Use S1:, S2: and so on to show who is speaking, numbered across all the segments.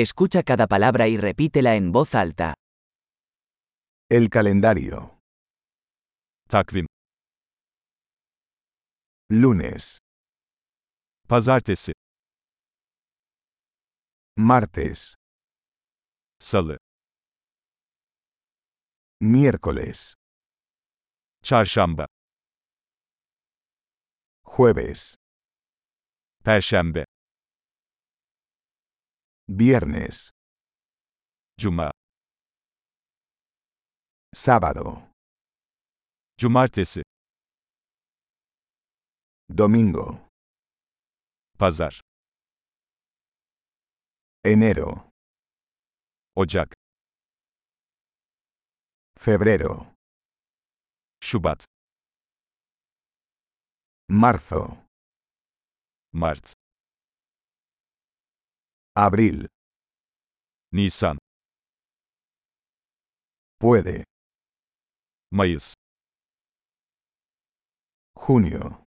S1: Escucha cada palabra y repítela en voz alta.
S2: El calendario.
S3: Takvim.
S2: Lunes,
S3: Pazartesi.
S2: martes,
S3: Salı.
S2: miércoles,
S3: Çarşamba.
S2: jueves,
S3: Perşembe.
S2: viernes,
S3: Cuma.
S2: sábado,
S3: Cumartesi.
S2: domingo,
S3: Pazar.
S2: enero,
S3: Ocak.
S2: febrero,
S3: Şubat.
S2: marzo,
S3: Mart.
S2: abril,
S3: Nisan.
S2: puede,
S3: Mayıs.
S2: junio,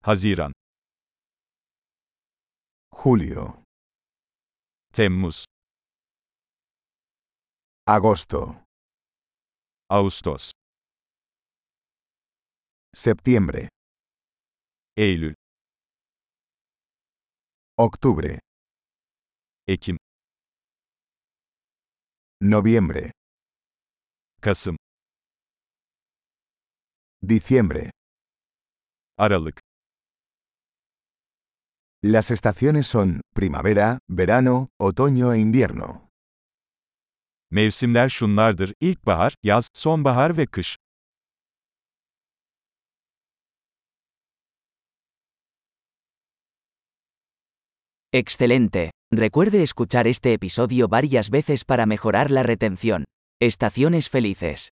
S3: Haziran.
S2: julio,
S3: Temmuz.
S2: agosto,
S3: Ağustos.
S2: septiembre,
S3: Eylül.
S2: octubre,
S3: Ekim.
S2: noviembre,
S3: Kasım.
S2: diciembre.
S3: Aralık.
S2: Las estaciones son primavera, verano, otoño e invierno.
S3: Mevsimler şunlardır: ilkbahar, yaz, sonbahar ve kış.
S1: Excelente. Recuerde escuchar este episodio varias veces para mejorar la retención. Estaciones felices.